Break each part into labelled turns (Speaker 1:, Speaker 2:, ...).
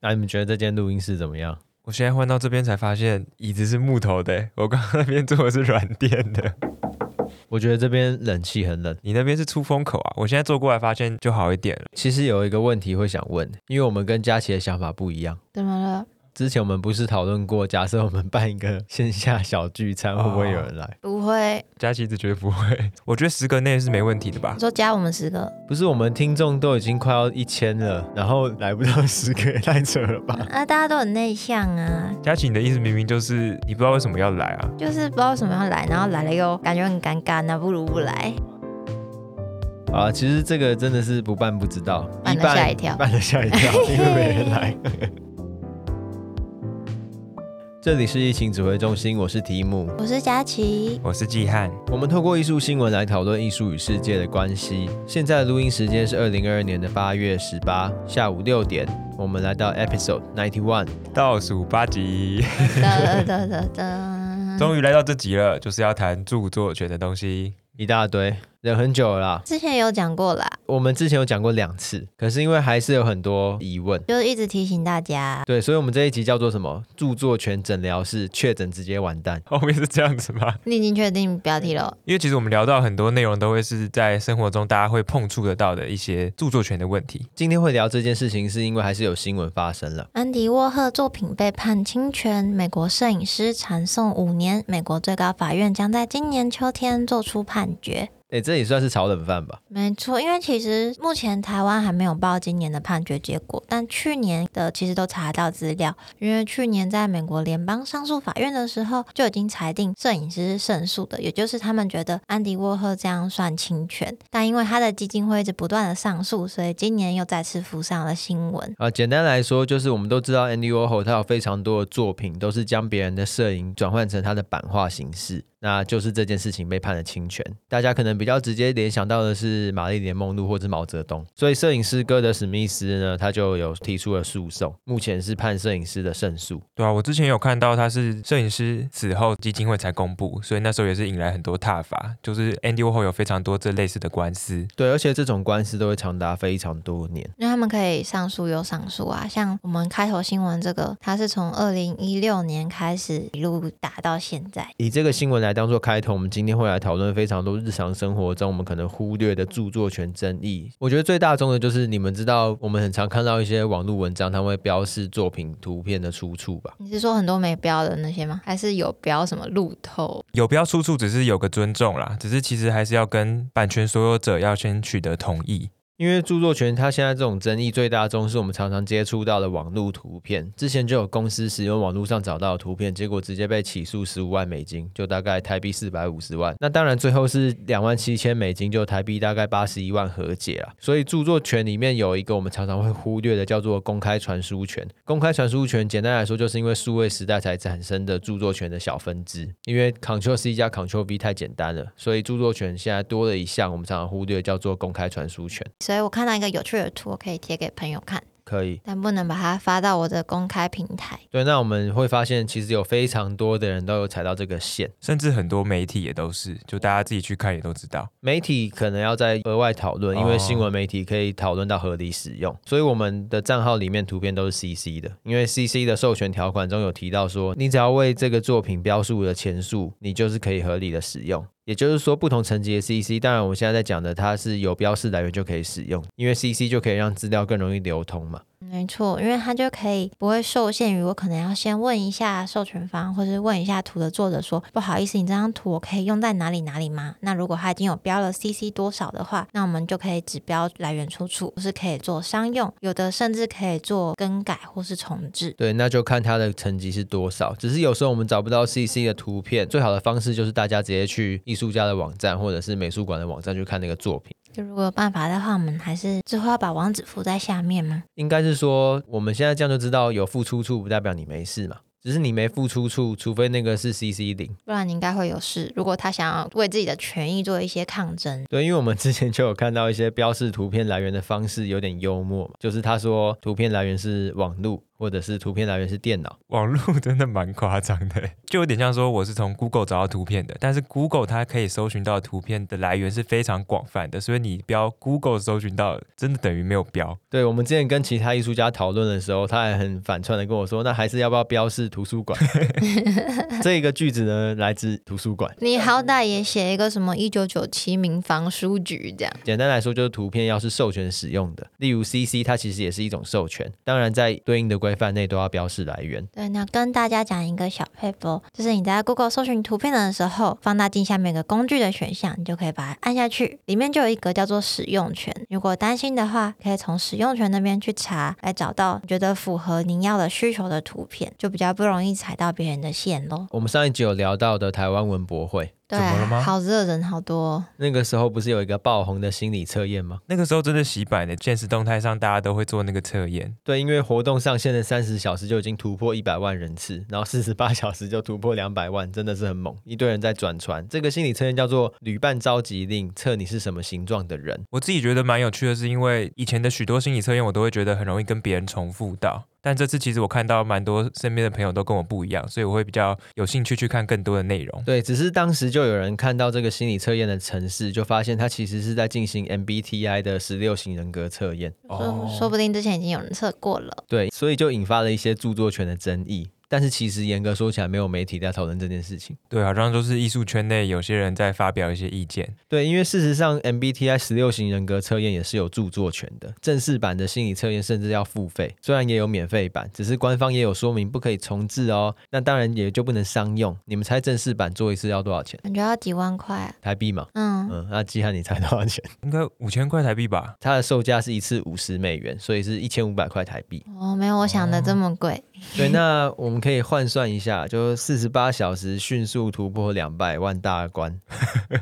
Speaker 1: 那、你们觉得这间录音室怎么样？
Speaker 2: 我现在换到这边才发现椅子是木头的欸，我刚刚那边坐的是软垫的，
Speaker 1: 我觉得这边冷气很冷。
Speaker 2: 你那边是出风口啊。我现在坐过来发现就好一点了。
Speaker 1: 其实有一个问题会想问，因为我们跟佳琪的想法不一样。
Speaker 3: 怎么了？
Speaker 1: 之前我们不是讨论过，假设我们办一个线下小聚餐，会不会有人来？
Speaker 3: 不会，
Speaker 2: 佳琪一直觉得不会， 我觉得十个内是没问题的吧
Speaker 3: 你。说加我们十个，
Speaker 1: 不是，我们听众都已经快要一千了，然后来不到十个，也太扯了吧？
Speaker 3: 啊，大家都很内向啊，
Speaker 2: 佳琪，你的意思明明就是你不知道为什么要来啊？
Speaker 3: 就是不知道为什么要来，然后来了又感觉很尴尬，那不如不来。
Speaker 1: 啊，其实这个真的是不办不知道，
Speaker 3: 办了
Speaker 1: 一办
Speaker 3: 吓一跳
Speaker 1: 办了吓一跳，因为没人来。 这里是疫情指挥中心，我是提姆。
Speaker 3: 我是佳 琪，
Speaker 2: 我是季汉，
Speaker 1: 我们透过艺术新闻来讨论艺术与世界的关系。现在的录音时间是二零二二年的八月十八下午六点，我们来到 episode ninety one。
Speaker 2: 倒数八集，
Speaker 3: 哒哒哒哒。
Speaker 2: 终于来到这集了，就是要谈著作权的东西。
Speaker 1: 一大堆，忍很久了啦。
Speaker 3: 之前有讲过啦，
Speaker 1: 我们之前有讲过两次，可是因为还是有很多疑问，
Speaker 3: 就是一直提醒大家，
Speaker 1: 对，所以我们这一集叫做什么？著作权诊疗室确诊直接完蛋。
Speaker 2: 后面是这样子吗？
Speaker 3: 你已经确定标题了。
Speaker 2: 因为其实我们聊到很多内容都会是在生活中大家会碰触得到的一些著作权的问题。
Speaker 1: 今天会聊这件事情，是因为还是有新闻发生了。
Speaker 3: 安迪沃赫作品被判侵权，美国摄影师缠讼五年，美国最高法院将在今年秋天做出判决。
Speaker 1: 哎，这也算是炒冷饭吧？
Speaker 3: 没错，因为其实目前台湾还没有报今年的判决结果，但去年的其实都查到资料，因为去年在美国联邦上诉法院的时候就已经裁定摄影师是胜诉的，也就是他们觉得安迪沃赫这样算侵权，但因为他的基金会一直不断的上诉，所以今年又再次浮上了新闻。
Speaker 1: 啊，简单来说，就是我们都知道 Andy Warhol 他有非常多的作品都是将别人的摄影转换成他的版画形式，那就是这件事情被判了侵权。大家可能比较直接联想到的是玛丽莲梦露或者毛泽东，所以摄影师戈德史密斯呢，他就有提出了诉讼，目前是判摄影师的胜诉。
Speaker 2: 对啊，我之前有看到他是摄影师死后基金会才公布，所以那时候也是引来很多挞伐，就是 Andy Warhol 有非常多这类似的官司。
Speaker 1: 对，而且这种官司都会长达非常多年。
Speaker 3: 因为他们可以上诉又上诉啊，像我们开头新闻这个，它是从二零一六年开始一路打到现在。
Speaker 1: 以这个新闻来当做开头，我们今天会来讨论非常多日常生活中我们可能忽略的著作权争议。我觉得最大宗的就是你们知道，我们很常看到一些网络文章，它会标示作品图片的出处吧？
Speaker 3: 你是说很多没标的那些吗？还是有标什么路透？
Speaker 2: 有标出处只是有个尊重啦，只是其实还是要跟版权所有者要先取得同意。
Speaker 1: 因为著作权它现在这种争议最大宗是我们常常接触到的网络图片。之前就有公司使用网络上找到的图片，结果直接被起诉十五万美金，就大概台币四百五十万。那当然最后是两万七千美金，就台币大概八十一万和解啦。所以著作权里面有一个我们常常会忽略的，叫做公开传输权。公开传输权简单来说，就是因为数位时代才产生的著作权的小分支。因为 Ctrl C 加 Ctrl V 太简单了，所以著作权现在多了一项我们常常忽略，叫做公开传输权。
Speaker 3: 所以我看到一个有趣的图，我可以贴给朋友看，
Speaker 1: 可以。
Speaker 3: 但不能把它发到我的公开平台。
Speaker 1: 对，那我们会发现，其实有非常多的人都有踩到这个线。
Speaker 2: 甚至很多媒体也都是，就大家自己去看也都知道。
Speaker 1: 媒体可能要再额外讨论，因为
Speaker 2: 哦
Speaker 1: 新闻媒体可以讨论到合理使用，所以我们的账号里面图片都是 CC 的，因为 CC 的授权条款中有提到说，你只要为这个作品标注了前述，你就是可以合理的使用。也就是说，不同层级的 CC，当然我们现在在讲的它是有标示来源就可以使用，因为 CC 就可以让资料更容易流通嘛。
Speaker 3: 没错，因为它就可以不会受限于我可能要先问一下授权方，或是问一下图的作者说，不好意思，你这张图我可以用在哪里哪里吗？那如果它已经有标了 CC 多少的话，那我们就可以只标来源出处，或是可以做商用，有的甚至可以做更改或是重置。
Speaker 1: 对，那就看它的成绩是多少。只是有时候我们找不到 CC 的图片，最好的方式就是大家直接去艺术家的网站或者是美术馆的网站去看那个作品。
Speaker 3: 就如果有办法的话，我们还是之后要把网址附在下面吗？
Speaker 1: 应该是说，我们现在这样就知道有付出处不代表你没事嘛，只是你没付出处，除非那个是 CC 零。
Speaker 3: 不然你应该会有事。如果他想要为自己的权益做一些抗争，
Speaker 1: 对，因为我们之前就有看到一些标示图片来源的方式有点幽默嘛，就是他说图片来源是网路，或者是图片来源是电脑。
Speaker 2: 网络 真的蛮夸张的，欸就有点像说我是从 Google 找到图片的，但是 Google 它可以搜寻到的图片的来源是非常广泛的，所以你标 Google 搜寻到的，真的等于没有标。
Speaker 1: 对我们之前跟其他艺术家讨论的时候，他还很反串的跟我说，那还是要不要标示图书馆？ 这个句子呢，来自图书馆。
Speaker 3: 你好歹也写一个什么一九九七民房书局这样，
Speaker 1: 简单来说，就是图片要是授权使用的，例如 CC，它其实也是一种授权，当然在对应的规范内都要标示来源。
Speaker 3: 对，那跟大家讲一个小配播，就是你在 Google 搜寻图片的时候，放大镜下面有个工具的选项，你就可以把它按下去，里面就有一格叫做使用权。如果担心的话，可以从使用权那边去查，来找到你觉得符合您要的需求的图片，就比较不容易踩到别人的线咯。
Speaker 1: 我们上一集有聊到的台湾文博会，
Speaker 2: 怎
Speaker 3: 对
Speaker 2: 么了
Speaker 3: 啊，
Speaker 2: 吗
Speaker 3: 好热人好多哦、
Speaker 1: 那个时候不是有一个爆红的心理测验吗？
Speaker 2: 那个时候真的洗版的，现实动态上大家都会做那个测验，
Speaker 1: 对，因为活动上线的三十小时就已经突破一百万人次，然后四十八小时就突破两百万，真的是很猛。一堆人在转传，这个心理测验叫做“旅伴召集令”，测你是什么形状的人。
Speaker 2: 我自己觉得蛮有趣的，是因为以前的许多心理测验，我都会觉得很容易跟别人重复到。但这次其实我看到蛮多身边的朋友都跟我不一样，所以我会比较有兴趣去看更多的内容。
Speaker 1: 对，只是当时就有人看到这个心理测验的城市，就发现它其实是在进行 MBTI 的十六型人格测验。
Speaker 2: 哦
Speaker 3: 说说不定之前已经有人测过了。
Speaker 1: 对，所以就引发了一些著作权的争议。但是其实严格说起来，没有媒体在讨论这件事情。
Speaker 2: 对，好像就是艺术圈内有些人在发表一些意见。
Speaker 1: 对，因为事实上，MBTI 十六型人格测验也是有著作权的，正式版的心理测验甚至要付费，虽然也有免费版，只是官方也有说明不可以重置哦。那当然也就不能商用。你们猜正式版做一次要多少钱？
Speaker 3: 感觉要几万块啊、
Speaker 1: 台币嘛？
Speaker 3: 嗯，
Speaker 1: 嗯，那季汉你猜多少钱？
Speaker 2: 应该五千块台币吧？
Speaker 1: 它的售价是一次五十美元，所以是一千五百块台币。
Speaker 3: 哦，没有我想的这么贵。
Speaker 1: 对，那我们可以换算一下，就四十八小时迅速突破两百万大关。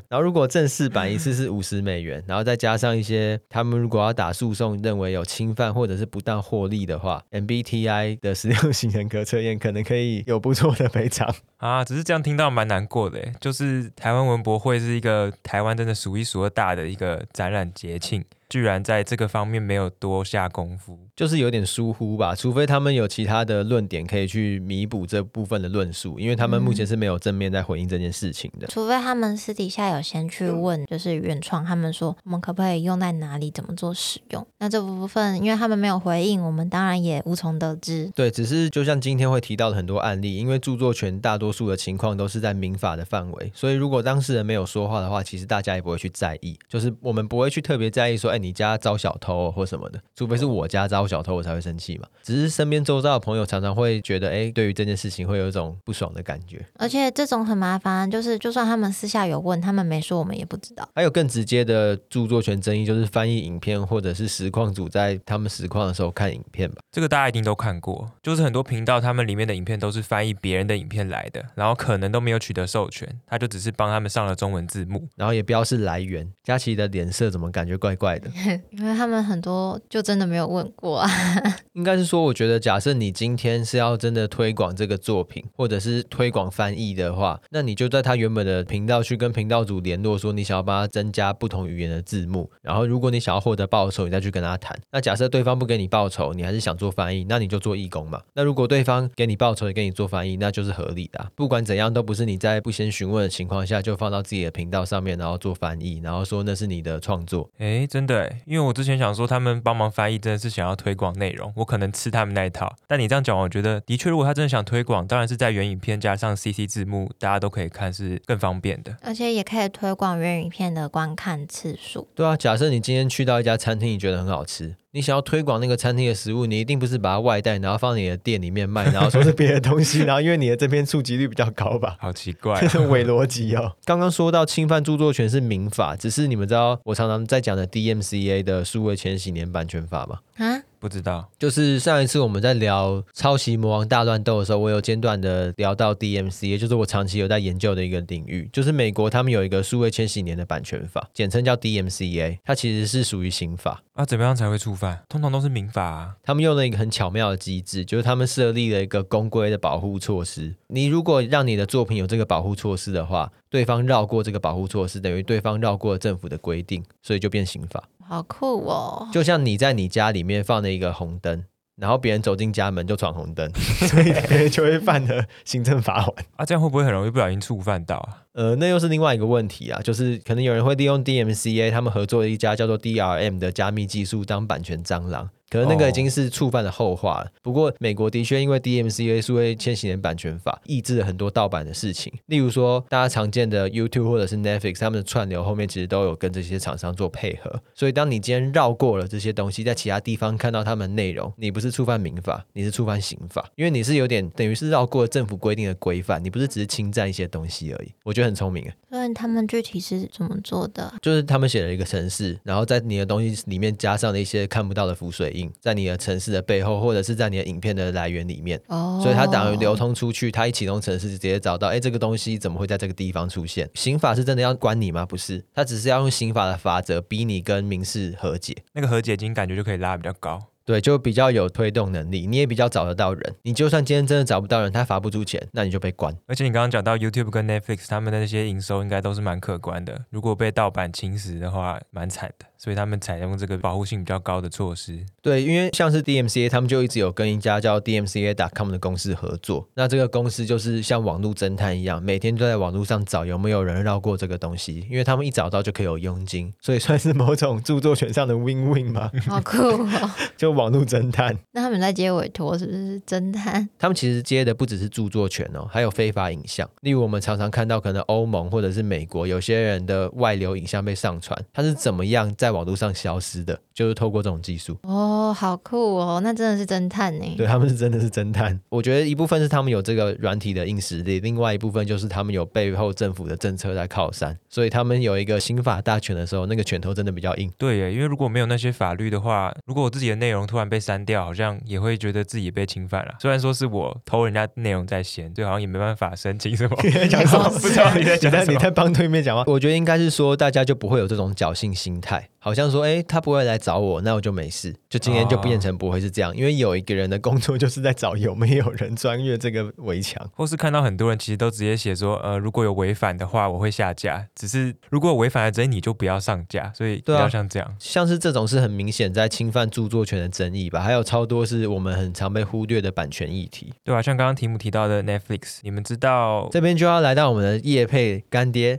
Speaker 1: 然后如果正式版一次是五十美元，然后再加上一些他们如果要打诉讼，认为有侵犯或者是不当获利的话，MBTI 的十六型人格测验可能可以有不错的赔偿。
Speaker 2: 啊，只是这样听到蛮难过的耶，欸就是台湾文博会是一个台湾真的数一数二大的一个展览节庆，居然在这个方面没有多下功夫。
Speaker 1: 就是有点疏忽吧，除非他们有其他的论点可以去弥补这部分的论述，因为他们目前是没有正面在回应这件事情的。
Speaker 3: 除非他们私底下有先去
Speaker 1: 嗯
Speaker 3: 问，就是原创，他们说我们可不可以用在哪里，怎么做使用？那这部分，因为他们没有回应，我们当然也无从得知。
Speaker 1: 对，只是就像今天会提到的很多案例，因为著作权大多数的情况都是在民法的范围，所以如果当事人没有说话的话，其实大家也不会去在意，就是我们不会去特别在意说，哎，你家遭小偷哦或什么的，除非是我家遭小偷，我才会生气嘛。只是身边周遭的朋友常常会觉得，哎，对于这件事情会有一种不爽的感觉。
Speaker 3: 而且这种很麻烦，就是就算他们私下有问，他们没说，我们也不知道。
Speaker 1: 还有更直接的著作权争议，就是翻译影片或者是实况组在他们实况的时候看影片吧。
Speaker 2: 这个大家一定都看过，就是很多频道他们里面的影片都是翻译别人的影片来的，然后可能都没有取得授权，他就只是帮他们上了中文字幕。
Speaker 1: 然后也标示来源，佳琪的脸色怎么感觉怪怪的？
Speaker 3: 因为他们很多就真的没有问过啊。
Speaker 1: 应该是说，我觉得假设你今天是要真的推广这个作品，或者是推广翻译的话，那你就在他原本的频道去跟频道主联络，说你想要帮他增加不同语言的字幕。然后，如果你想要获得报酬，你再去跟他谈。那假设对方不给你报酬，你还是想做翻译，那你就做义工嘛。那如果对方给你报酬，也给你做翻译，那就是合理的啊、不管怎样，都不是你在不先询问的情况下就放到自己的频道上面，然后做翻译，然后说那是你的创作。
Speaker 2: 诶，真的耶，因为我之前想说他们帮忙翻译真的是想要推广内容，我可能吃他们那一套。但你这样讲，我觉得的确，如果他真的想推广，当然是在原影片加上 CC 字幕，大家都可以看是更方便的。
Speaker 3: 而且也可以推广原影片的观看次数。
Speaker 1: 对啊，假设你今天去到一家餐厅，你觉得很好吃，你想要推广那个餐厅的食物，你一定不是把它外带，然后放你的店里面卖， 然后说是别的东西，然后因为你的这边触及率比较高 吧。
Speaker 2: 好奇怪、
Speaker 1: 这是哎伪逻辑哦。刚刚说到侵犯著作权是民法，只是你们知道我常常在讲的 DMCA 的数位千禧年版权法吗？
Speaker 3: 啊，
Speaker 2: 不知道
Speaker 1: 就是上一次我们在聊抄袭魔王大乱斗的时候，我有间断的聊到 DMC，也就是我长期有在研究的一个领域，就是美国他们有一个数位千禧年的版权法，简称叫 DMCA，它其实是属于刑法。
Speaker 2: 啊，怎么样才会触犯？通常都是民法、啊。
Speaker 1: 他们用了一个很巧妙的机制，就是他们设立了一个公规的保护措施。你如果让你的作品有这个保护措施的话，对方绕过这个保护措施，等于对方绕过了政府的规定，所以就变刑法。
Speaker 3: 好酷哦！
Speaker 1: 就像你在你家里面放了一个红灯，然后别人走进家门就闯红灯， 所以别人就会犯了行政罚款。
Speaker 2: 啊，这样会不会很容易不小心触犯到啊？
Speaker 1: 呃，那又是另外一个问题啊，就是可能有人会利用 DMCA 他们合作的一家叫做 DRM 的加密技术当版权蟑螂，可能那个已经是触犯的后话了。不过美国的确因为 DMCA 数位千禧年版权法抑制了很多盗版的事情，例如说大家常见的 YouTube 或者是 Netflix 他们的串流后面其实都有跟这些厂商做配合，所以当你今天绕过了这些东西，在其他地方看到他们的内容，你不是触犯民法，你是触犯刑法，因为你是有点等于是绕过了政府规定的规范，你不是只是侵占一些东西而已。我觉得很聪明啊。
Speaker 3: 所以他们具体是怎么做的？
Speaker 1: 就是他们写了一个城市，然后在你的东西里面加上了一些看不到的浮水印，在你的城市的背后，或者是在你的影片的来源里面。
Speaker 3: 哦
Speaker 1: 所以它等于流通出去，它一启动城市就直接找到，哎，这个东西怎么会在这个地方出现？刑法是真的要关你吗？不是，它只是要用刑法的法则逼你跟民事和解，
Speaker 2: 那个和解金感觉就可以拉比较高。
Speaker 1: 对，就比较有推动能力，你也比较找得到人。你就算今天真的找不到人，他罚不出钱，那你就被关。
Speaker 2: 而且你刚刚讲到 YouTube 跟 Netflix 他们的那些营收应该都是蛮可观的，如果被盗版侵蚀的话，蛮惨的。所以他们采用这个保护性比较高的措施。
Speaker 1: 对，因为像是 DMCA，他们就一直有跟一家叫 DMCA.com 的公司合作。那这个公司就是像网络侦探一样，每天都在网络上找有没有人绕过这个东西，因为他们一找到就可以有佣金，所以算是某种著作权上的 win-win 嘛，
Speaker 3: 好酷哦！
Speaker 1: 就网络侦探。
Speaker 3: 那他们在接委托是不是 侦探？
Speaker 1: 他们其实接的不只是著作权哦，还有非法影像。例如我们常常看到，可能欧盟或者是美国有些人的外流影像被上传，它是怎么样在网络上消失的，就是透过这种技术。
Speaker 3: 哦，好酷哦！那真的是侦探呢。
Speaker 1: 对，他们是真的是侦探。我觉得一部分是他们有这个软体的硬实力，另外一部分就是他们有背后政府的政策在靠山，所以他们有一个刑法大权的时候，那个拳头真的比较 硬。
Speaker 2: 对耶，因为如果没有那些法律的话，如果我自己的内容突然被删掉，好像也会觉得自己被侵犯了。虽然说是我偷人家内容在先，对，好像也没办法申请 什么。
Speaker 3: 讲 什么不知道你
Speaker 2: 在讲什么
Speaker 1: 你在帮对面讲话。我觉得应该是说，大家就不会有这种侥幸心态，好像说，哎，他不会来找我，那我就没事。就今天就变成不会是这样，因为有一个人的工作就是在找有没有人穿越这个围墙。
Speaker 2: 或是看到很多人其实都直接写说，呃，如果有违反的话，我会下架。只是如果有违反了，真你就不要上架。所以不
Speaker 1: 对啊
Speaker 2: 要像这样。
Speaker 1: 像是这种是很明显在侵犯著作权的争议吧，还有超多是我们很常被忽略的版权议题。
Speaker 2: 对啊，像刚刚题目提到的 Netflix，你们知道
Speaker 1: 这边就要来到我们的业配干 爹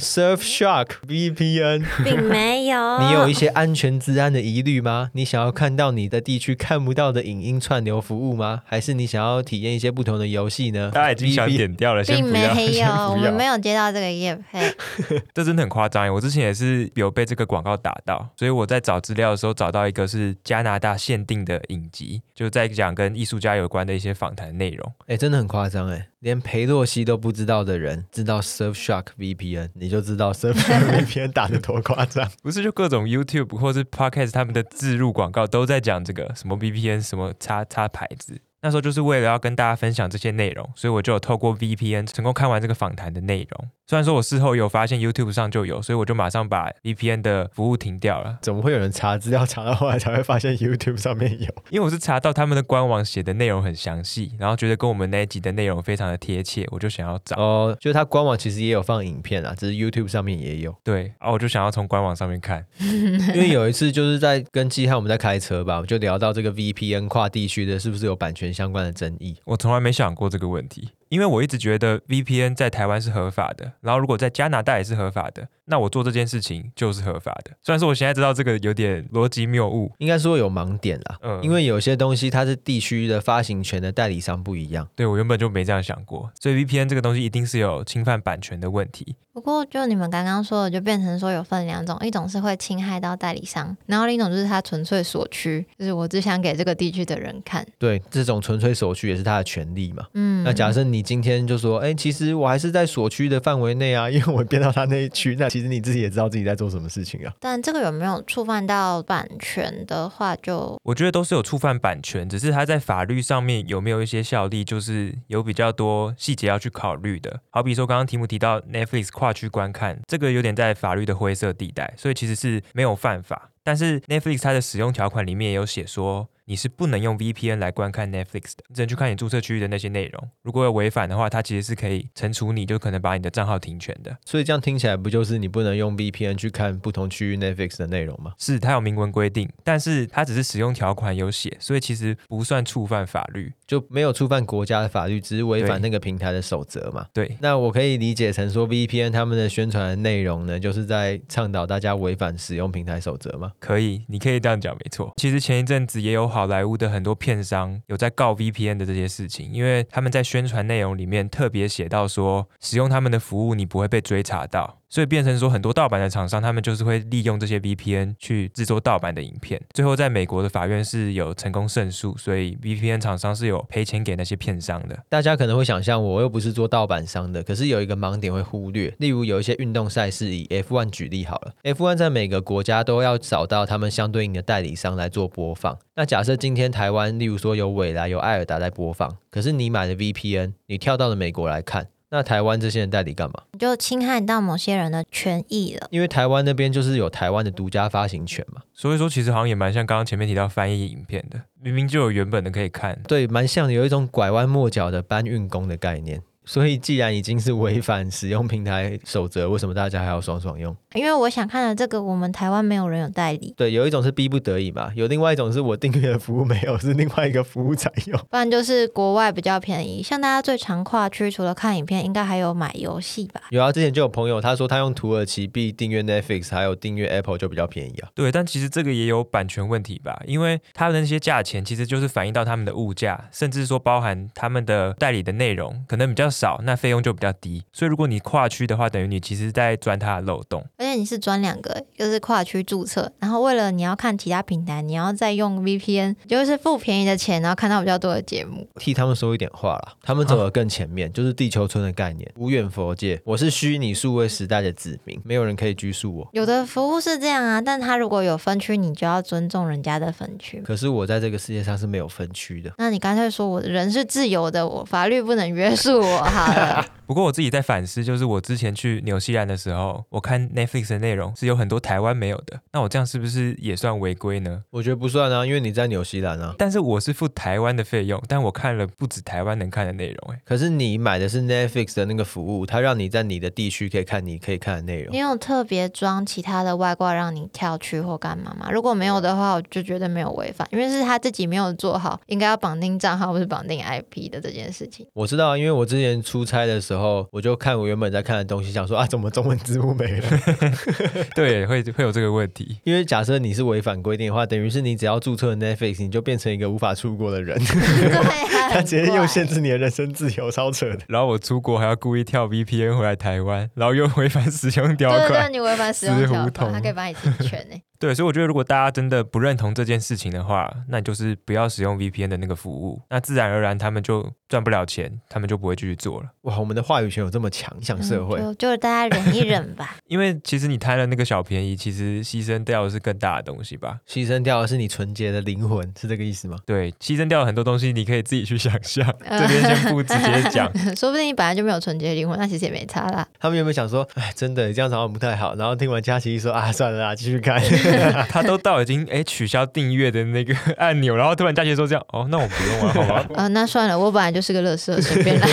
Speaker 1: Surfshark VPN。
Speaker 3: 并没 有
Speaker 2: 啊
Speaker 1: 你有一些安全治安的疑虑吗？你想要看到你的地区看不到的影音串流服务吗？还是你想要体验一些不同的游戏呢？
Speaker 2: 大家已经想
Speaker 1: VPN
Speaker 2: 点掉了，先
Speaker 3: 并
Speaker 2: 不要，
Speaker 3: 没
Speaker 2: 先
Speaker 3: 有，
Speaker 2: 不
Speaker 3: 我们
Speaker 2: 要
Speaker 3: 没有接到这个业配。
Speaker 2: 这真的很夸张耶！我之前也是有被这个广告打到，所以我在找资料的时候找到一个是加拿大限定的影集，就在讲跟艺术家有关的一些访谈内容。
Speaker 1: 哎、真的很夸张哎，连裴洛西都不知道的人知道 Surfshark VPN，你就知道 Surfshark VPN 打得多夸张。
Speaker 2: 不是就各种 YouTube 或是 Podcast 他们的置入广告都在讲这个什么 VPN 什么叉叉牌子。那时候就是为了要跟大家分享这些内容，所以我就有透过 VPN 成功看完这个访谈的内容。虽然说我事后有发现 YouTube 上就有，所以我就马上把 VPN 的服务停掉了。
Speaker 1: 怎么会有人查资料查到后来才会发现 YouTube 上面有？
Speaker 2: 因为我是查到他们的官网写的内容很详细，然后觉得跟我们那一集的内容非常的贴切，我就想要找。
Speaker 1: 哦，就是它官网其实也有放影片啊，只是 YouTube 上面也有。
Speaker 2: 对，啊，我就想要从官网上面看。
Speaker 1: 因为有一次就是在跟季汉我们在开车吧，我们就聊到这个 VPN 跨地区的是不是有版权相关的争议。
Speaker 2: 我从来没想过这个问题，因为我一直觉得 VPN 在台湾是合法的，然后如果在加拿大也是合法的，那我做这件事情就是合法的。虽然说我现在知道这个有点逻辑谬误，
Speaker 1: 应该说有盲点啦，
Speaker 2: 嗯
Speaker 1: 因为有些东西它是地区的发行权的代理商不一样。
Speaker 2: 对我原本就没这样想过，所以 VPN 这个东西一定是有侵犯版权的问题。
Speaker 3: 不过就你们刚刚说的，就变成说有分两种，一种是会侵害到代理商，然后另一种就是他纯粹所趋，就是我只想给这个地区的人看。
Speaker 1: 对，这种纯粹索取也是他的权利嘛。
Speaker 3: 嗯，
Speaker 1: 那假设你今天就说，哎、其实我还是在所区的范围内啊，因 为我变到他那一区，那其实你自己也知道自己在做什么事情啊。
Speaker 3: 但这个有没有触犯到版权的话就，
Speaker 2: 我觉得都是有触犯版权，只是它在法律上面有没有一些效力，就是有比较多细节要去考虑的。好比说刚刚题目提到 Netflix 跨区观看，这个有点在法律的灰色地带，所以其实是没有犯法。但是 Netflix 它的使用条款里面也有写说，你是不能用 VPN 来观看 Netflix 的，你只能去看你注册区域的那些内容。如果有违反的话，它其实是可以惩处你，就可能把你的账号停权的。
Speaker 1: 所以这样听起来不就是你不能用 VPN 去看不同区域 Netflix 的内容吗？
Speaker 2: 是它有明文规定，但是它只是使用条款有写，所以其实不算触犯法律。
Speaker 1: 就没有触犯国家的法律，只是违反
Speaker 2: 对
Speaker 1: 那个平台的守则嘛？
Speaker 2: 对，
Speaker 1: 那我可以理解成说，VPN 他们的宣传的内容呢，就是在倡导大家违反使用平台守则嘛？
Speaker 2: 可以，你可以这样讲，没错。其实前一阵子也有好莱坞的很多片商有在告 VPN 的这些事情，因为他们在宣传内容里面特别写到说，使用他们的服务你不会被追查到，所以变成说很多盗版的厂商他们就是会利用这些 VPN 去制作盗版的影片。最后在美国的法院是有成功胜诉，所以 VPN 厂商是有赔钱给那些片商的。
Speaker 1: 大家可能会想象，我又不是做盗版商的，可是有一个盲点会忽略，例如有一些运动赛事，以 F1 举例好了，F1 在每个国家都要找到他们相对应的代理商来做播放。那假设今天台湾，例如说有未来、有艾尔达在播放，可是你买了 VPN，你跳到了美国来看，那台湾这些人代理干嘛？
Speaker 3: 你就侵害到某些人的权益了。
Speaker 1: 因为台湾那边就是有台湾的独家发行权嘛，
Speaker 2: 所以说，其实好像也蛮像刚刚前面提到翻译影片的，明明就有原本的可以看，
Speaker 1: 对，蛮像的有一种拐弯抹角的搬运工的概念。 所以既然已经是违反使用平台守则，为什么大家还要爽爽用？
Speaker 3: 因为我想看的这个，我们台湾没有人有代理，
Speaker 1: 对，有一种是逼不得已嘛，有另外一种是我订阅的服务没有，是另外一个服务才有。
Speaker 3: 不然就是国外比较便宜。像大家最常跨区，除了看影片，应该还有买游戏吧？
Speaker 1: 有啊，之前就有朋友他说他用土耳其币订阅 Netflix，还有订阅 Apple 就比较便宜啊。
Speaker 2: 对，但其实这个也有版权问题吧，因为它的那些价钱其实就是反映到他们的物价，甚至说包含他们的代理的内容可能比较少，那费用就比较低。所以如果你跨区的话，等于你其实在钻它的漏洞。
Speaker 3: 而且你是转两个，一个是跨区注册，然后为了你要看其他平台，你要再用 VPN，就是付便宜的钱，然后看到比较多的节目。
Speaker 1: 替他们说一点话啦，他们走得更前面，就是地球村的概念，无远佛界。我是虚拟数位时代的子民，没有人可以拘束我。
Speaker 3: 有的服务是这样啊，但他如果有分区，你就要尊重人家的分区。
Speaker 1: 可是我在这个世界上是没有分区的。
Speaker 3: 那你干脆说我人是自由的，我法律不能约束我好了。
Speaker 2: 不过我自己在反思，就是我之前去纽西兰的时候，我看 Netflix 的内容是有很多台湾没有的，那我这样是不是也算违规呢？
Speaker 1: 我觉得不算啊，因为你在纽西兰啊。
Speaker 2: 但是我是付台湾的费用，但我看了不止台湾能看的内容、欸，
Speaker 1: 可是你买的是 Netflix 的那个服务，它让你在你的地区可以看你可以看的内容
Speaker 3: 你。有特别装其他的外挂让你跳区或干嘛吗？如果没有的话，我就觉得没有违反，因为是他自己没有做好应该要绑定账号或是绑定 IP 的这件事情。
Speaker 1: 我知道啊，因为我之前出差的时候，我就看我原本在看的东西，想说啊，怎么中文字幕没了？
Speaker 2: 对，会会有这个问题。
Speaker 1: 因为假设你是违反规定的话，等于是你只要注册了 Netflix，你就变成一个无法出国的人，
Speaker 3: 对 啊，
Speaker 1: 它直接又限
Speaker 3: 现
Speaker 1: 制你的人身自由，超扯的。
Speaker 2: 然后我出国还要故意跳 VPN 回来台湾，然后又违反使用条
Speaker 3: 对
Speaker 2: 款。
Speaker 3: 对对，你违反使用
Speaker 2: 死胡
Speaker 3: 条款，
Speaker 2: 同
Speaker 3: 他可以把你停权欸呢。
Speaker 2: 对所以我觉得如果大家真的不认同这件事情的话，那你就是不要使用 VPN 的那个服务，那自然而然他们就赚不了钱，他们就不会继续做了。
Speaker 1: 哇，我们的话语权有这么强，想社会。
Speaker 3: 嗯就就大家忍一忍吧。
Speaker 2: 因为其实你贪了那个小便宜，其实牺牲掉的是更大的东西吧？
Speaker 1: 牺牲掉的是你纯洁的灵魂，是这个意思吗？
Speaker 2: 对，牺牲掉了很多东西，你可以自己去想 象。
Speaker 3: 呃
Speaker 2: 这边先不直接讲，
Speaker 3: 说不定你本来就没有纯洁灵魂，那其实也没差啦。
Speaker 1: 他们有没有想说，哎，真的这样好像不太好？然后听完佳琪一说啊，算了啦，继续看。
Speaker 2: 他都到已经哎取消订阅的那个按钮，然后突然佳琪说这样，哦，那我不用了，好吧？
Speaker 3: 呃，那算了，我本来就是个乐色，随便啦。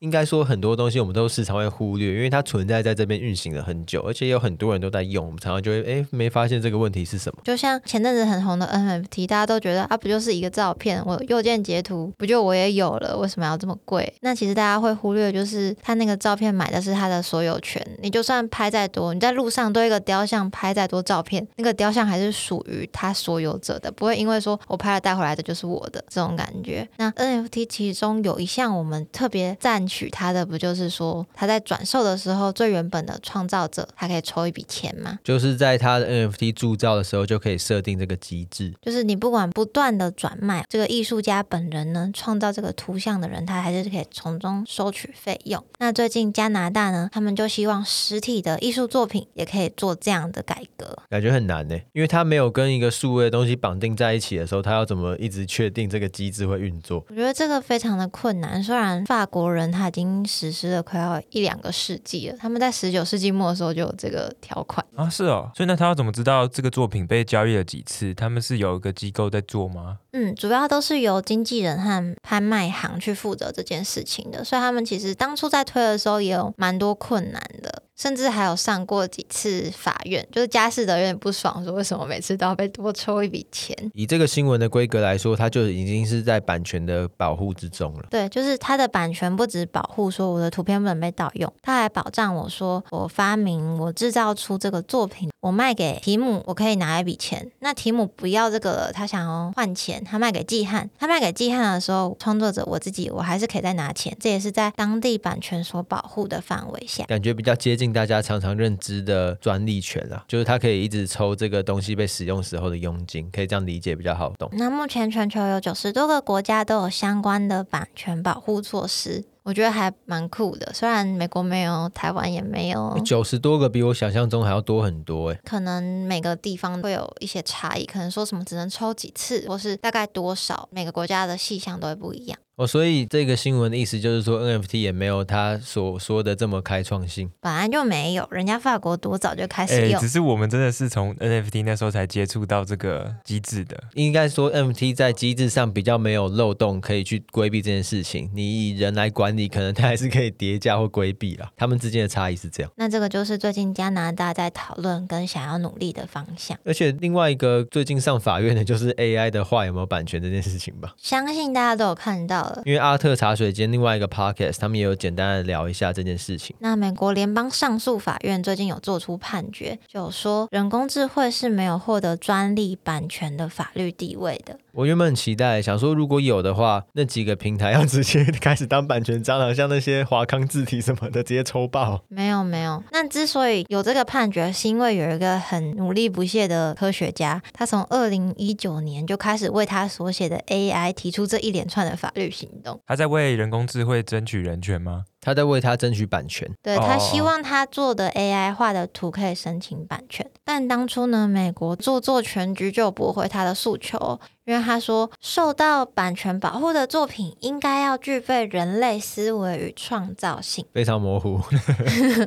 Speaker 1: 应该说很多东西我们都时常会忽略，因为它存在在这边运行了很久，而且有很多人都在用，我们常常就会哎没发现这个问题是什么。
Speaker 3: 就像前阵子很红的 NFT，大家都觉得啊，不就是一个照片，我右键截图，不就我也有了，为什么要这么贵？那其实大家会忽略，就是他那个照片买的是他的所有权，你就算拍再多，你在路上对一个雕像拍再多照片，那个雕像还是属于他所有者的，不会因为说我拍了带回来的就是我的这种感觉。那 NFT 其中有一项我们特别赞许它的，不就是说他在转售的时候，最原本的创造者他可以抽一笔钱吗？
Speaker 1: 就是在它的 NFT 铸造的时候就可以设定这个机制。
Speaker 3: 就是你不管不断的转卖，这个艺术家本人呢，创造这个图像的人，他还是可以从中收取费用。那最近加拿大呢，他们就希望实体的艺术作品也可以做这样的改革。
Speaker 1: 感觉很难难呢、因为它没有跟一个数位的东西绑定在一起的时候，它要怎么一直确定这个机制会运作？
Speaker 3: 我觉得这个非常的困难。虽然法国人他已经实施了快要一两个世纪了，他们在十九世纪末的时候就有这个条款。
Speaker 2: 啊，是哦，所以那他要怎么知道这个作品被交易了几次？他们是有一个机构在做吗？
Speaker 3: 嗯，主要都是由经纪人和拍卖行去负责这件事情的，所以他们其实当初在推的时候也有蛮多困难的，甚至还有上过几次法院，就是佳士得有点不爽，说为什么每次都要被多抽一笔钱。
Speaker 1: 以这个新闻的规格来说，它就已经是在版权的保护之中了。
Speaker 3: 对，就是它的版权不止保护说我的图片不能被盗用，它还保障我说我发明、我制造出这个作品，我卖给提姆，我可以拿一笔钱。那提姆不要这个了，他想要换钱，他卖给季汉，他卖给季汉的时候，创作者我自己我还是可以再拿钱，这也是在当地版权所保护的范围下。
Speaker 1: 感觉比较接近大家常常认知的专利权啊，就是它可以一直抽这个东西被使用时候的佣金，可以这样理解比较好懂。
Speaker 3: 那目前全球有九十多个国家都有相关的版权保护措施，我觉得还蛮酷的。虽然美国没有，台湾也没有，
Speaker 1: 九十多个比我想象中还要多很多哎、
Speaker 3: 可能每个地方会有一些差异，可能说什么只能抽几次，或是大概多少，每个国家的细项都会不一样
Speaker 1: 哦，所以这个新闻的意思就是说，NFT 也没有他所说的这么开创性。
Speaker 3: 本来就没有，人家法国多早就开始
Speaker 2: 哎、
Speaker 3: 用，
Speaker 2: 只是我们真的是从 NFT 那时候才接触到这个机制的。
Speaker 1: 应该说，NFT 在机制上比较没有漏洞，可以去规避这件事情。你以人来管理，可能它还是可以叠加或规避啦。 他们之间的差异是这样。
Speaker 3: 那这个就是最近加拿大在讨论跟想要努力的方向。
Speaker 1: 而且另外一个最近上法院的就是 AI 的话有没有版权这件事情吧。
Speaker 3: 相信大家都有看到了。
Speaker 1: 因为阿特茶水间另外一个 podcast，他们也有简单的聊一下这件事情。
Speaker 3: 那美国联邦上诉法院最近有做出判决，就说人工智慧是没有获得专利版权的法律地位的。
Speaker 1: 我原本很期待，想说如果有的话，那几个平台要直接开始当版权蟑螂，像那些华康字体什么的，直接抽爆。
Speaker 3: 没有没有，那之所以有这个判决，是因为有一个很努力不懈的科学家，他从二零一九年就开始为他所写的 AI 提出这一连串的法律行动。
Speaker 2: 他在为人工智慧争取人权吗？
Speaker 1: 他在为他争取版权。
Speaker 3: 对
Speaker 2: 哦
Speaker 3: 他希望他做的 AI 画的图可以申请版权，但当初呢，美国著作权局就驳回他的诉求，因为他说受到版权保护的作品应该要具备人类思维与创造性。
Speaker 1: 非常模 糊，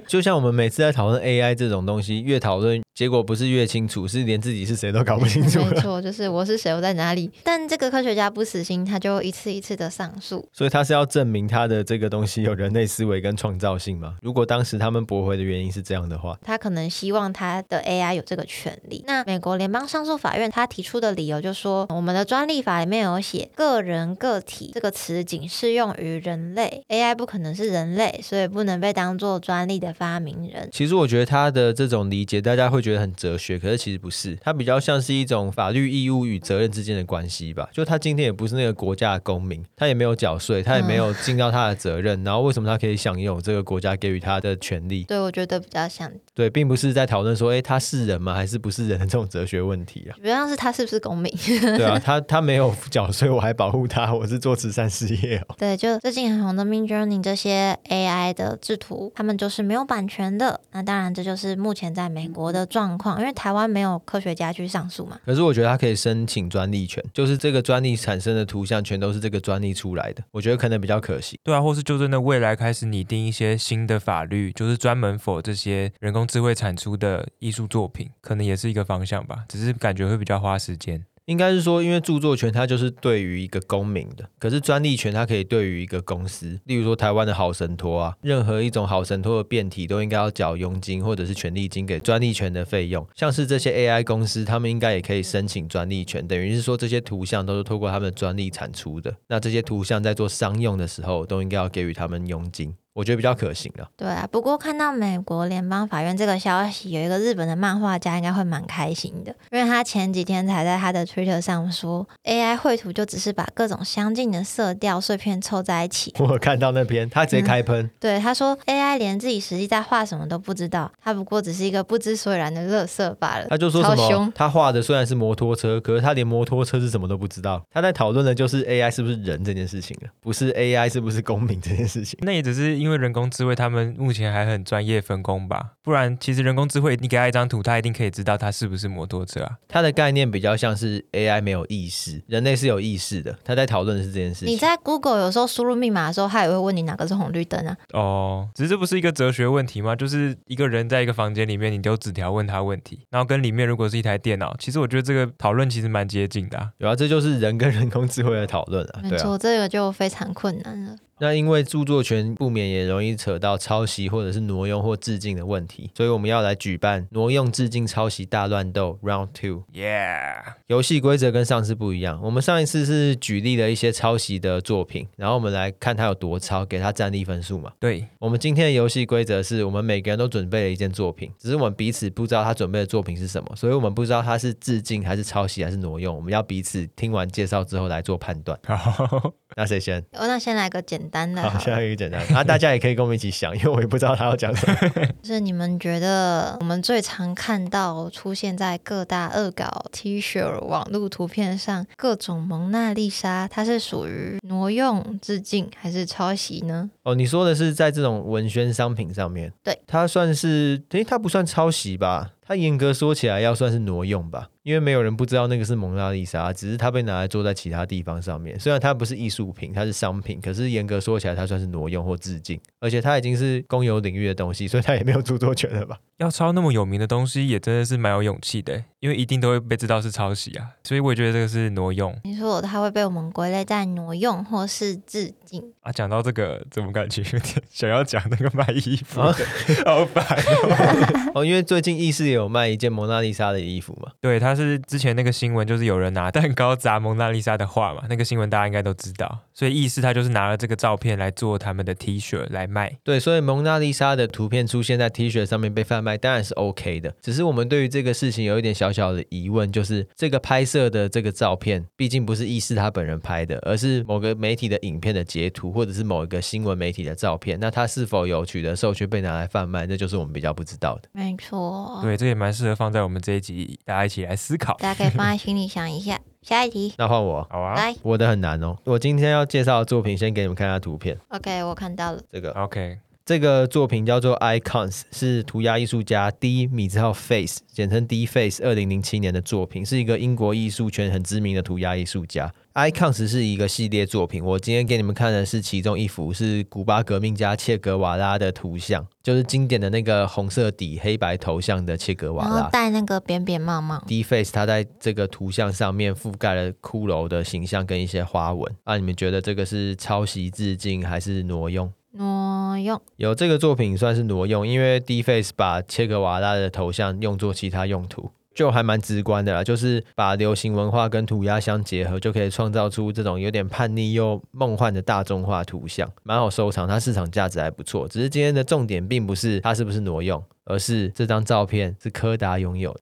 Speaker 1: 就像我们每次在讨论 AI 这种东西，越讨论结果不是越清楚，是连自己是谁都搞不清 楚
Speaker 3: 没
Speaker 1: 了。
Speaker 3: 错，就是我是谁，我在哪里。但这个科学家不死心，他就一次一次的上诉。
Speaker 1: 所以他是要证明他的这个东西有人类思维跟创造性嘛？如果当时他们驳回的原因是这样的话，
Speaker 3: 他可能希望他的 AI 有这个权利。那美国联邦上诉法院他提出的理由就说，我们的专利法里面有写“个人个体”这个词仅适用于人类，AI 不可能是人类，所以不能被当做专利的发明人。
Speaker 1: 其实我觉得他的这种理解，大家会觉得很哲学，可是其实不是，它比较像是一种法律义务与责任之间的关系吧。就他今天也不是那个国家的公民，他也没有缴税，他也没有尽到他的责任，然后为什么他可以享有这个国家给予他的权利？
Speaker 3: 对，我觉得比较像，
Speaker 1: 对，并不是在讨论说，诶，他是人吗？还是不是人的这种哲学问题啊？
Speaker 3: 比较像是他是不是公民。
Speaker 1: 对啊，他他没有缴税，我还保护他，我是做慈善事业哦。
Speaker 3: 对，就最近很红的 Mid Journey 这些 AI 的制图，他们就是没有版权的。那当然，这就是目前在美国的状况，因为台湾没有科学家去上诉嘛。
Speaker 1: 可是我觉得他可以申请专利权，就是这个专利产生的图像全都是这个专利出来的，我觉得可能比较可惜。
Speaker 2: 对啊，或是就真的未来开始拟定一些新的法律，就是专门否这些人工智慧产出的艺术作品，可能也是一个方向吧。只是感觉会比较花时间。
Speaker 1: 应该是说，因为著作权它就是对于一个公民的，可是专利权它可以对于一个公司，例如说台湾的好神托啊，任何一种好神托的变体都应该要缴佣金或者是权利金给专利权的费用。像是这些 AI 公司，他们应该也可以申请专利权，等于是说这些图像都是透过他们的专利产出的，那这些图像在做商用的时候都应该要给予他们佣金，我觉得比较可行啊。
Speaker 3: 对啊，不过看到美国联邦法院这个消息，有一个日本的漫画家应该会蛮开心的，因为他前几天才在他的 Twitter 上说，AI 绘图就只是把各种相近的色调碎片凑在一起。
Speaker 1: 我有看到那篇他直接开喷，
Speaker 3: 对，他说 AI 连自己实际在画什么都不知道，他不过只是一个不知所以然的乐色罢了。
Speaker 1: 他就说什
Speaker 3: 呃超凶
Speaker 1: 么，他画的虽然是摩托车，可是他连摩托车是什么都不知道。他在讨论的就是 AI 是不是人这件事情啊，不是 AI 是不是公民这件事情。
Speaker 2: 那也只是因因为人工智慧他们目前还很专业分工吧，不然其实人工智慧你给他一张图，他一定可以知道他是不是摩托车啊。
Speaker 1: 它的概念比较像是 AI 没有意识，人类是有意识的。他在讨论的是这件事
Speaker 3: 你
Speaker 1: 情。
Speaker 3: 在 Google 有时候输入密码的时候，它也会问你哪个是红绿灯啊。
Speaker 2: 哦，只是这不是一个哲学问题吗？就是一个人在一个房间里面，你丢纸条问他问题，然后跟里面如果是一台电脑，其实我觉得这个讨论其实蛮接近的、啊。
Speaker 1: 有啊，这就是人跟人工智慧的讨论啊，
Speaker 3: 没
Speaker 1: 对啊
Speaker 3: 错，。这个就非常困难了。
Speaker 1: 那因为著作权不免也容易扯到抄袭或者是挪用或致敬的问题，所以我们要来举办挪用、致敬、抄袭大乱斗 Round Two。
Speaker 2: Yeah，
Speaker 1: 游戏规则跟上次不一样，我们上一次是举例了一些抄袭的作品，然后我们来看它有多抄，给它战力分数嘛。
Speaker 2: 对，
Speaker 1: 我们今天的游戏规则是我们每个人都准备了一件作品，只是我们彼此不知道他准备的作品是什么，所以我们不知道他是致敬还是抄袭还是挪用。我们要彼此听完介绍之后来做判断。
Speaker 2: 好，
Speaker 1: 那谁先？
Speaker 3: 哦，那先来个简单的
Speaker 1: 好，
Speaker 3: 好了，
Speaker 1: 下一个简单。啊，大家也可以跟我们一起想，因为我也不知道他要讲什么。
Speaker 3: 就是你们觉得我们最常看到出现在各大恶搞 T 恤、网络图片上各种蒙娜丽莎，它是属于挪用、致敬还是抄袭呢？
Speaker 1: 哦，你说的是在这种文宣商品上面，
Speaker 3: 对，
Speaker 1: 它算是，诶，它不算抄袭吧？它严格说起来要算是挪用吧，因为没有人不知道那个是蒙娜丽莎，只是它被拿来做在其他地方上面。虽然它不是艺术品，它是商品，可是严格说起来，它算是挪用或致敬，而且它已经是公有领域的东西，所以它也没有著作权了吧？
Speaker 2: 要抄那么有名的东西，也真的是蛮有勇气的，因为一定都会被知道是抄袭啊，所以我也觉得这个是挪用
Speaker 3: 你说它会被我们归类在挪用或是致敬？
Speaker 2: 啊。讲到这个，怎么感觉 有点想要讲那个卖衣服的， 好烦哦。
Speaker 1: 哦，因为最近意式也有卖一件蒙娜丽莎的衣服嘛，
Speaker 2: 对，他是之前那个新闻，就是有人拿蛋糕砸蒙娜丽莎的画嘛，那个新闻大家应该都知道，所以意思他就是拿了这个照片来做他们的 T 恤来卖。
Speaker 1: 对，所以蒙娜丽莎的图片出现在 T 恤上面被贩卖，当然是 OK 的。只是我们对于这个事情有一点小小的疑问，就是这个拍摄的这个照片，毕竟不是意识他本人拍的，而是某个媒体的影片的截图，或者是某一个新闻媒体的照片。那他是否有取得授权被拿来贩卖，那就是我们比较不知道的。
Speaker 3: 没错，
Speaker 2: 对，这也蛮适合放在我们这一集，大家一起来思考。
Speaker 3: 大家可以放在心里想一下。下一题，
Speaker 1: 那换我，
Speaker 2: 好啊
Speaker 3: 来
Speaker 1: 我的很难哦。我今天要介绍的作品，先给你们看一下图片，
Speaker 3: ，OK，我看到了，
Speaker 1: 这个。
Speaker 2: ，OK，
Speaker 1: 这个作品叫做《Icons》，是涂鸦艺术家 D 米字号 Face，简称 D Face，二零零七年的作品，是一个英国艺术圈很知名的涂鸦艺术家。Icons 是一个系列作品，我今天给你们看的是其中一幅，是古巴革命家切格瓦拉的图像，就是经典的那个红色底黑白头像的切格瓦
Speaker 3: 然
Speaker 1: 拉
Speaker 3: 后。戴那个扁扁帽帽，
Speaker 1: D face 它在这个图像上面覆盖了骷髅的形象跟一些花纹，啊那、你们觉得这个是抄袭致敬还是挪用？
Speaker 3: 挪用。
Speaker 1: 有这个作品算是挪用，因为 D Face 把切格瓦拉的头像用作其他用途，就还蛮直观的啦，就是把流行文化跟涂鸦相结合，就可以创造出这种有点叛逆又梦幻的大众化图像，蛮好收藏，它市场价值还不错。只是今天的重点并不是它是不是挪用，而是这张照片是柯达拥有的，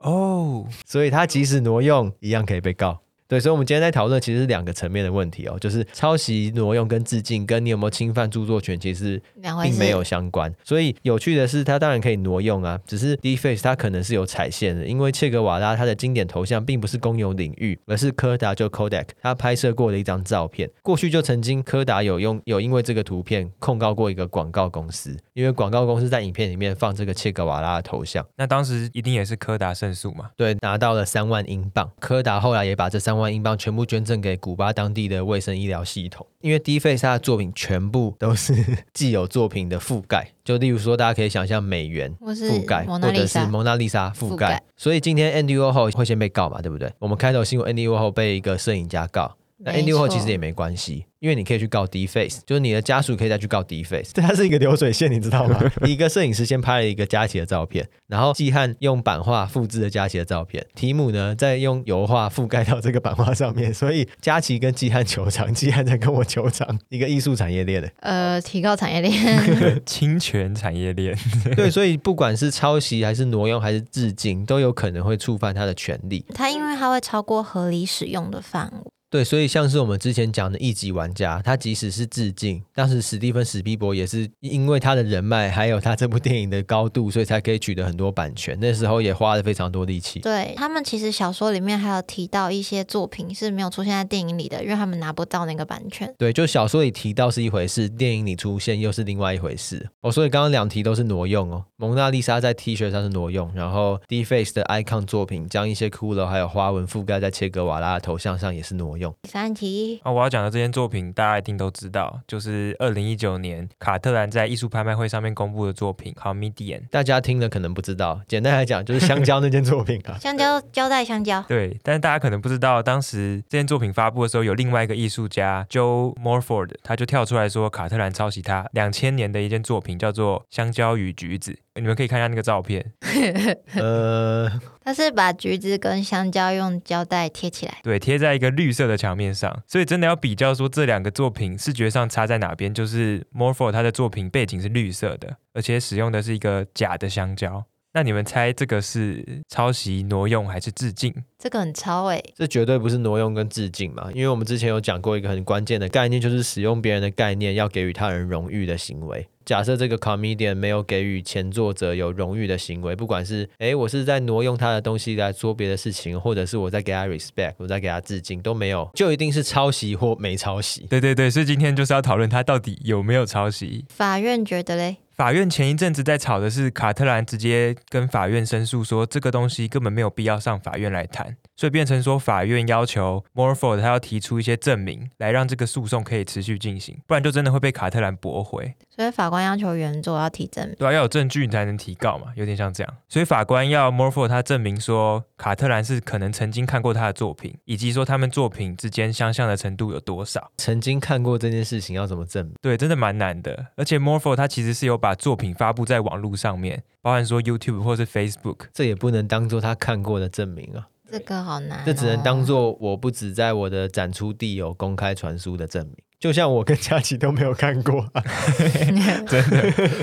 Speaker 2: 哦，
Speaker 1: 所以它即使挪用一样可以被告。对，所以，我们今天在讨论其实是两个层面的问题哦，就是抄袭、挪用跟致敬，跟你有没有侵犯著作权，其实
Speaker 3: 两回
Speaker 1: 并
Speaker 3: 事，
Speaker 1: 没有相关。所以有趣的是，它当然可以挪用啊，只是 D Face 它可能是有踩线的，因为切格瓦拉它的经典头像并不是公有领域，而是柯达就 Kodak 他拍摄过的一张照片。过去就曾经柯达有用有因为这个图片控告过一个广告公司，因为广告公司在影片里面放这个切格瓦拉的头像。
Speaker 2: 那当时一定也是柯达胜诉嘛？
Speaker 1: 对，拿到了三万英镑。柯达后来也把这三万英镑全部捐赠给古巴当地的卫生医疗系统。因为 D Face 他的作品全部都是 既有作品的覆盖，就例如说，大家可以想象美元。
Speaker 3: 或是
Speaker 1: 覆盖，或
Speaker 3: 蒙娜丽
Speaker 1: 者是
Speaker 3: 莎，
Speaker 1: 蒙娜丽莎覆
Speaker 3: 覆
Speaker 1: 盖
Speaker 3: 盖，
Speaker 1: 所以今天 Andy Warhol 会先被告嘛，对不对？我们开头新闻 Andy Warhol 被一个摄影家告，那
Speaker 3: 没
Speaker 1: Andy Warhol
Speaker 3: 错
Speaker 1: 其实也没关系，因为你可以去告 D Face，就是你的家属可以再去告 D Face，这它 是一个流水线，你知道 吗？一个摄影师先拍了一个佳琪的照片，然后季汉用版画复制了佳琪的照片，提姆呢再用油画覆盖到这个版画上面，所以佳琪跟季汉球场，季汉在跟我球场，一个艺术产业链的。
Speaker 3: 呃，提高产业链，
Speaker 2: 侵权产业链，
Speaker 1: 对，所以不管是抄袭还是挪用还是致敬，都有可能会触犯他的权利。
Speaker 3: 它因为它会超过合理使用的范围。
Speaker 1: 对，所以像是我们之前讲的一级玩家，他即使是致敬，当时史蒂芬史皮博也是因为他的人脉，还有他这部电影的高度，所以才可以取得很多版权。那时候也花了非常多力气。
Speaker 3: 对他们其实小说里面还有提到一些作品是没有出现在电影里的，因为他们拿不到那个版权。
Speaker 1: 对，就小说里提到是一回事，电影里出现又是另外一回事。哦，所以刚刚两题都是挪用哦。蒙娜丽莎在 T 恤上是挪用，然后 D Face 的 Icon 作品将一些骷髅还有花纹覆盖在切格瓦拉的头像上也是挪用。
Speaker 3: 第三题，。
Speaker 2: 啊，我要讲的这件作品，大家一定都知道，就是二零一九年卡特兰在艺术拍卖会上面公布的作品《Comedian》。
Speaker 1: 大家听了可能不知道，简单来讲就是香蕉那件作品啊
Speaker 3: 香蕉胶带香蕉，
Speaker 2: 对，但是大家可能不知道，当时这件作品发布的时候，有另外一个艺术家 Joe Morford，他就跳出来说卡特兰抄袭他两千年的一件作品，叫做《香蕉与橘子》。你们可以看一下那个照片，
Speaker 1: 呃，
Speaker 3: 它是把橘子跟香蕉用胶带贴起来。
Speaker 2: 对，贴在一个绿色的墙面上。所以真的要比较说这两个作品视觉上差在哪边，就是 Morford 他的作品背景是绿色的，而且使用的是一个假的香蕉。那你们猜这个是抄袭、挪用还是致敬？
Speaker 3: 这个很欸超诶、
Speaker 1: 这绝对不是挪用跟致敬嘛，因为我们之前有讲过一个很关键的概念，就是使用别人的概念要给予他人荣誉的行为。假设这个 comedian 没有给予前作者有荣誉的行为，不管是诶我是在挪用他的东西来做别的事情，或者是我在给他 respect，我在给他致敬，都没有，就一定是抄袭或没抄袭。
Speaker 2: 对对对，所以今天就是要讨论他到底有没有抄袭。
Speaker 3: 法院觉得嘞，
Speaker 2: 法院前一阵子在吵的是卡特兰直接跟法院申诉说这个东西根本没有必要上法院来谈，所以变成说法院要求 Morford 他要提出一些证明来让这个诉讼可以持续进行，不然就真的会被卡特兰驳回。
Speaker 3: 所以法官要求原作要提证明。
Speaker 2: 对啊，要有证据你才能提告嘛，有点像这样。所以法官要 Morford 他证明说卡特兰是可能曾经看过他的作品，以及说他们作品之间相像的程度有多少。
Speaker 1: 曾经看过这件事情要怎么证明？
Speaker 2: 对，真的蛮难的。而且 Morpho 它其实是有把作品发布在网络上面，包含说 YouTube 或是 Facebook。
Speaker 1: 这也不能当做他看过的证明啊，
Speaker 3: 这个好难、哦，
Speaker 1: 这只能当做我不止在我的展出地有公开传输的证明。就像我跟佳琪都没有看过、啊，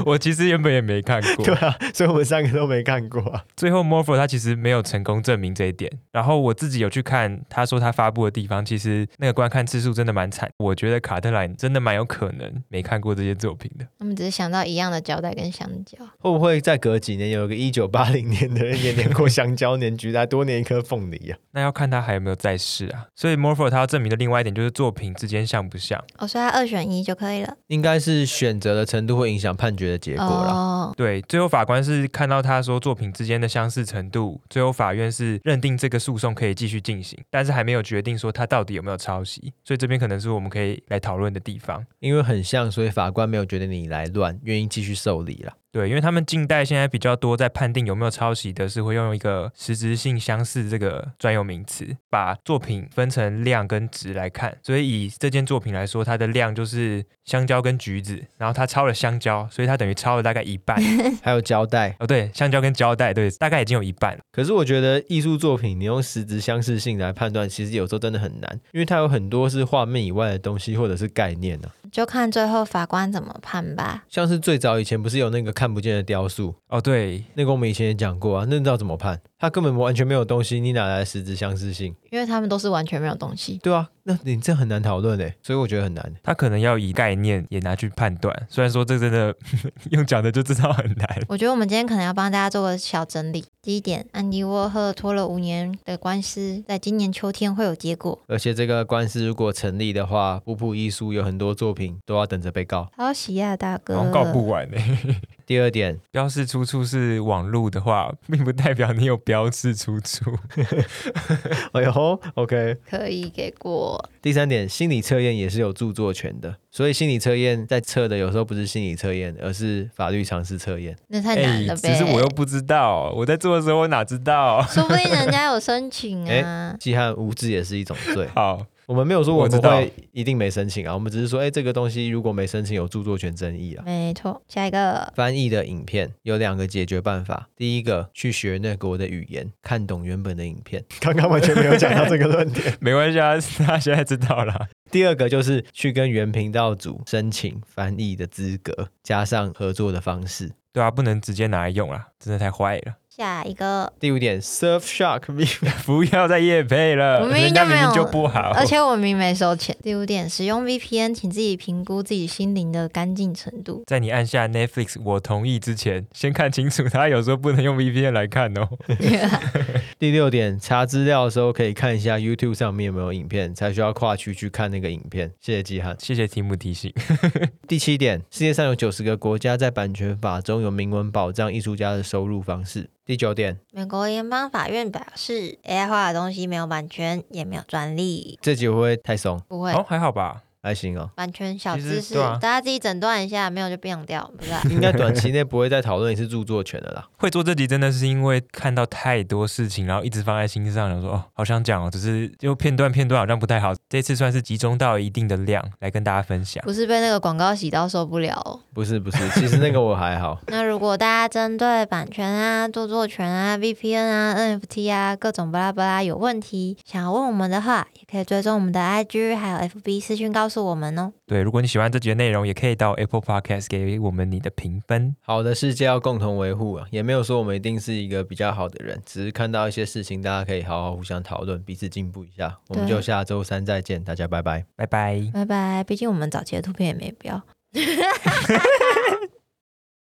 Speaker 2: 我其实原本也没看 过。
Speaker 1: 对啊，所以我们三个都没看过、啊。
Speaker 2: 最后 Morpho 他其实没有成功证明这一点。然后我自己有去看，他说他发布的地方，其实那个观看次数真的蛮惨。我觉得卡特兰真的蛮有可能没看过这些作品的。
Speaker 3: 他们只是想到一样的胶带跟香蕉。
Speaker 1: 会不会再隔几年有一个一九八零年的人也年过香蕉年橘，再多年一颗凤梨啊？
Speaker 2: 那要看他还有没有在世啊。所以 Morpho 他要证明的另外一点就是作品之间像不像。
Speaker 3: 哦，所以它二选一就可以了。
Speaker 1: 应该是选择的程度会影响判决的结果啦。
Speaker 3: 哦，
Speaker 2: 对，最后法官是看到他说作品之间的相似程度，最后法院是认定这个诉讼可以继续进行，但是还没有决定说他到底有没有抄袭，所以这边可能是我们可以来讨论的地方。
Speaker 1: 因为很像，所以法官没有觉得你来乱，愿意继续受理啦。
Speaker 2: 对，因为他们近代现在比较多在判定有没有抄袭的是会用一个实质性相似这个专有名词，把作品分成量跟值来看。所以以这件作品来说，它的量就是香蕉跟橘子，然后他抄了香蕉，所以他等于抄了大概一半。
Speaker 1: 还有交代，
Speaker 2: 哦，对，香蕉跟胶带，对，大概已经有一半了。
Speaker 1: 可是我觉得艺术作品你用实质相似性来判断，其实有时候真的很难，因为它有很多是画面以外的东西或者是概念啊。
Speaker 3: 就看最后法官怎么判吧。
Speaker 1: 像是最早以前不是有那个看不见的雕塑，
Speaker 2: 哦，对，
Speaker 1: 那个我们以前也讲过啊，那要怎么判？它根本完全没有东西，你哪来的实质相似性？
Speaker 3: 因为他们都是完全没有东西。
Speaker 1: 对啊，那你这很难讨论诶，所以我觉得很难。
Speaker 2: 他可能要以概念也拿去判断，虽然说这真的 用讲的就知道很难。
Speaker 3: 我觉得我们今天可能要帮大家做个小整理。第一点，安迪沃赫拖了五年的官司，在今年秋天会有结果。
Speaker 1: 而且这个官司如果成立的话，布布艺术有很多作品都要等着被告。
Speaker 3: 抄袭啊，大哥！
Speaker 2: 好像告不完呢、
Speaker 1: 第二点，
Speaker 2: 标示出处是网路的话，并不代表你有标示出处。
Speaker 1: 哎呦，OK。
Speaker 3: 可以给过。
Speaker 1: 第三点，心理测验也是有著作权的，所以心理测验在测的有时候不是心理测验，而是法律常识测验。
Speaker 3: 那太难了呗。
Speaker 2: 哎只是我又不知道，我在做的时候我哪知道？。
Speaker 3: 说不定人家有申请啊。
Speaker 1: 既和无知也是一种罪
Speaker 2: 好，
Speaker 1: 我们没有说我
Speaker 2: 我知
Speaker 1: 们
Speaker 2: 道
Speaker 1: 会一定没申请啊，我们只是说，哎，这个东西如果没申请有著作权争议啊。
Speaker 3: 没错，下一个
Speaker 1: 翻译的影片有两个解决办法，第一个去学那国的语言，看懂原本的影片。 刚刚完全没有讲到这个论点。
Speaker 2: 没关系啊， 他现在知道了。
Speaker 1: 第二个就是去跟原频道组申请翻译的资格，加上合作的方式。
Speaker 2: 对啊，不能直接拿来用啦，真的太坏了。
Speaker 3: 下一个，
Speaker 1: 第五点，Surfshark V，
Speaker 2: 不要再夜配了，
Speaker 3: 我明明
Speaker 2: 人家
Speaker 3: 就没
Speaker 2: 明
Speaker 3: 有
Speaker 2: 明就不好，
Speaker 3: 而且我明明没收钱。第五点，使用 VPN，请自己评估自己心灵的干净程 度。
Speaker 2: 在你按下 Netflix 我同意之前，先看清楚，它有时候不能用 VPN 来看哦。
Speaker 1: 第六点，查资料的时候可以看一下 YouTube 上面有没有影片，才需要跨区去看那个影片。谢谢季汉。
Speaker 2: 谢谢题目提醒。
Speaker 1: 第七点，世界上有九十个国家在版权法中有明文保障艺术家的收入方式。第九点，
Speaker 3: 美国联邦法院表示，AI 画的东西没有版权，也没有专利，
Speaker 1: 这集会不会太松？
Speaker 3: 不会。
Speaker 2: 哦，还好吧。
Speaker 1: 还行哦，
Speaker 3: 版权小
Speaker 2: 其实
Speaker 3: 知识，
Speaker 2: 对啊
Speaker 3: 大家自己诊断一下，没有就变 掉，不是啊、
Speaker 1: 应该短期内不会再讨论一次著作权的啦。
Speaker 2: 会做这集真的是因为看到太多事情，然后一直放在心上，想说哦，好想讲哦，只是就片段片段好像不太好。这次算是集中到一定的量来跟大家分享。
Speaker 3: 不是被那个广告洗到受不了哦、
Speaker 1: 不是不是，其实那个我还好。
Speaker 3: 那如果大家针对版权啊、著作权啊、VPN 啊、NFT 啊各种巴拉巴拉有问题，想要问我们的话，也可以追踪我们的 IG 还有 FB 私讯告诉我们哦。
Speaker 2: 对，如果你喜欢这集的内容，也可以到 Apple Podcast 给我们你的评分。
Speaker 1: 好的世界要共同维护啊，也没有说我们一定是一个比较好的人，只是看到一些事情，大家可以好好互相讨论，彼此进步一下。我们
Speaker 3: 对
Speaker 1: 就下周三再见，大家拜拜。
Speaker 2: 拜拜。
Speaker 3: 拜拜，毕竟我们早期的图片也没标。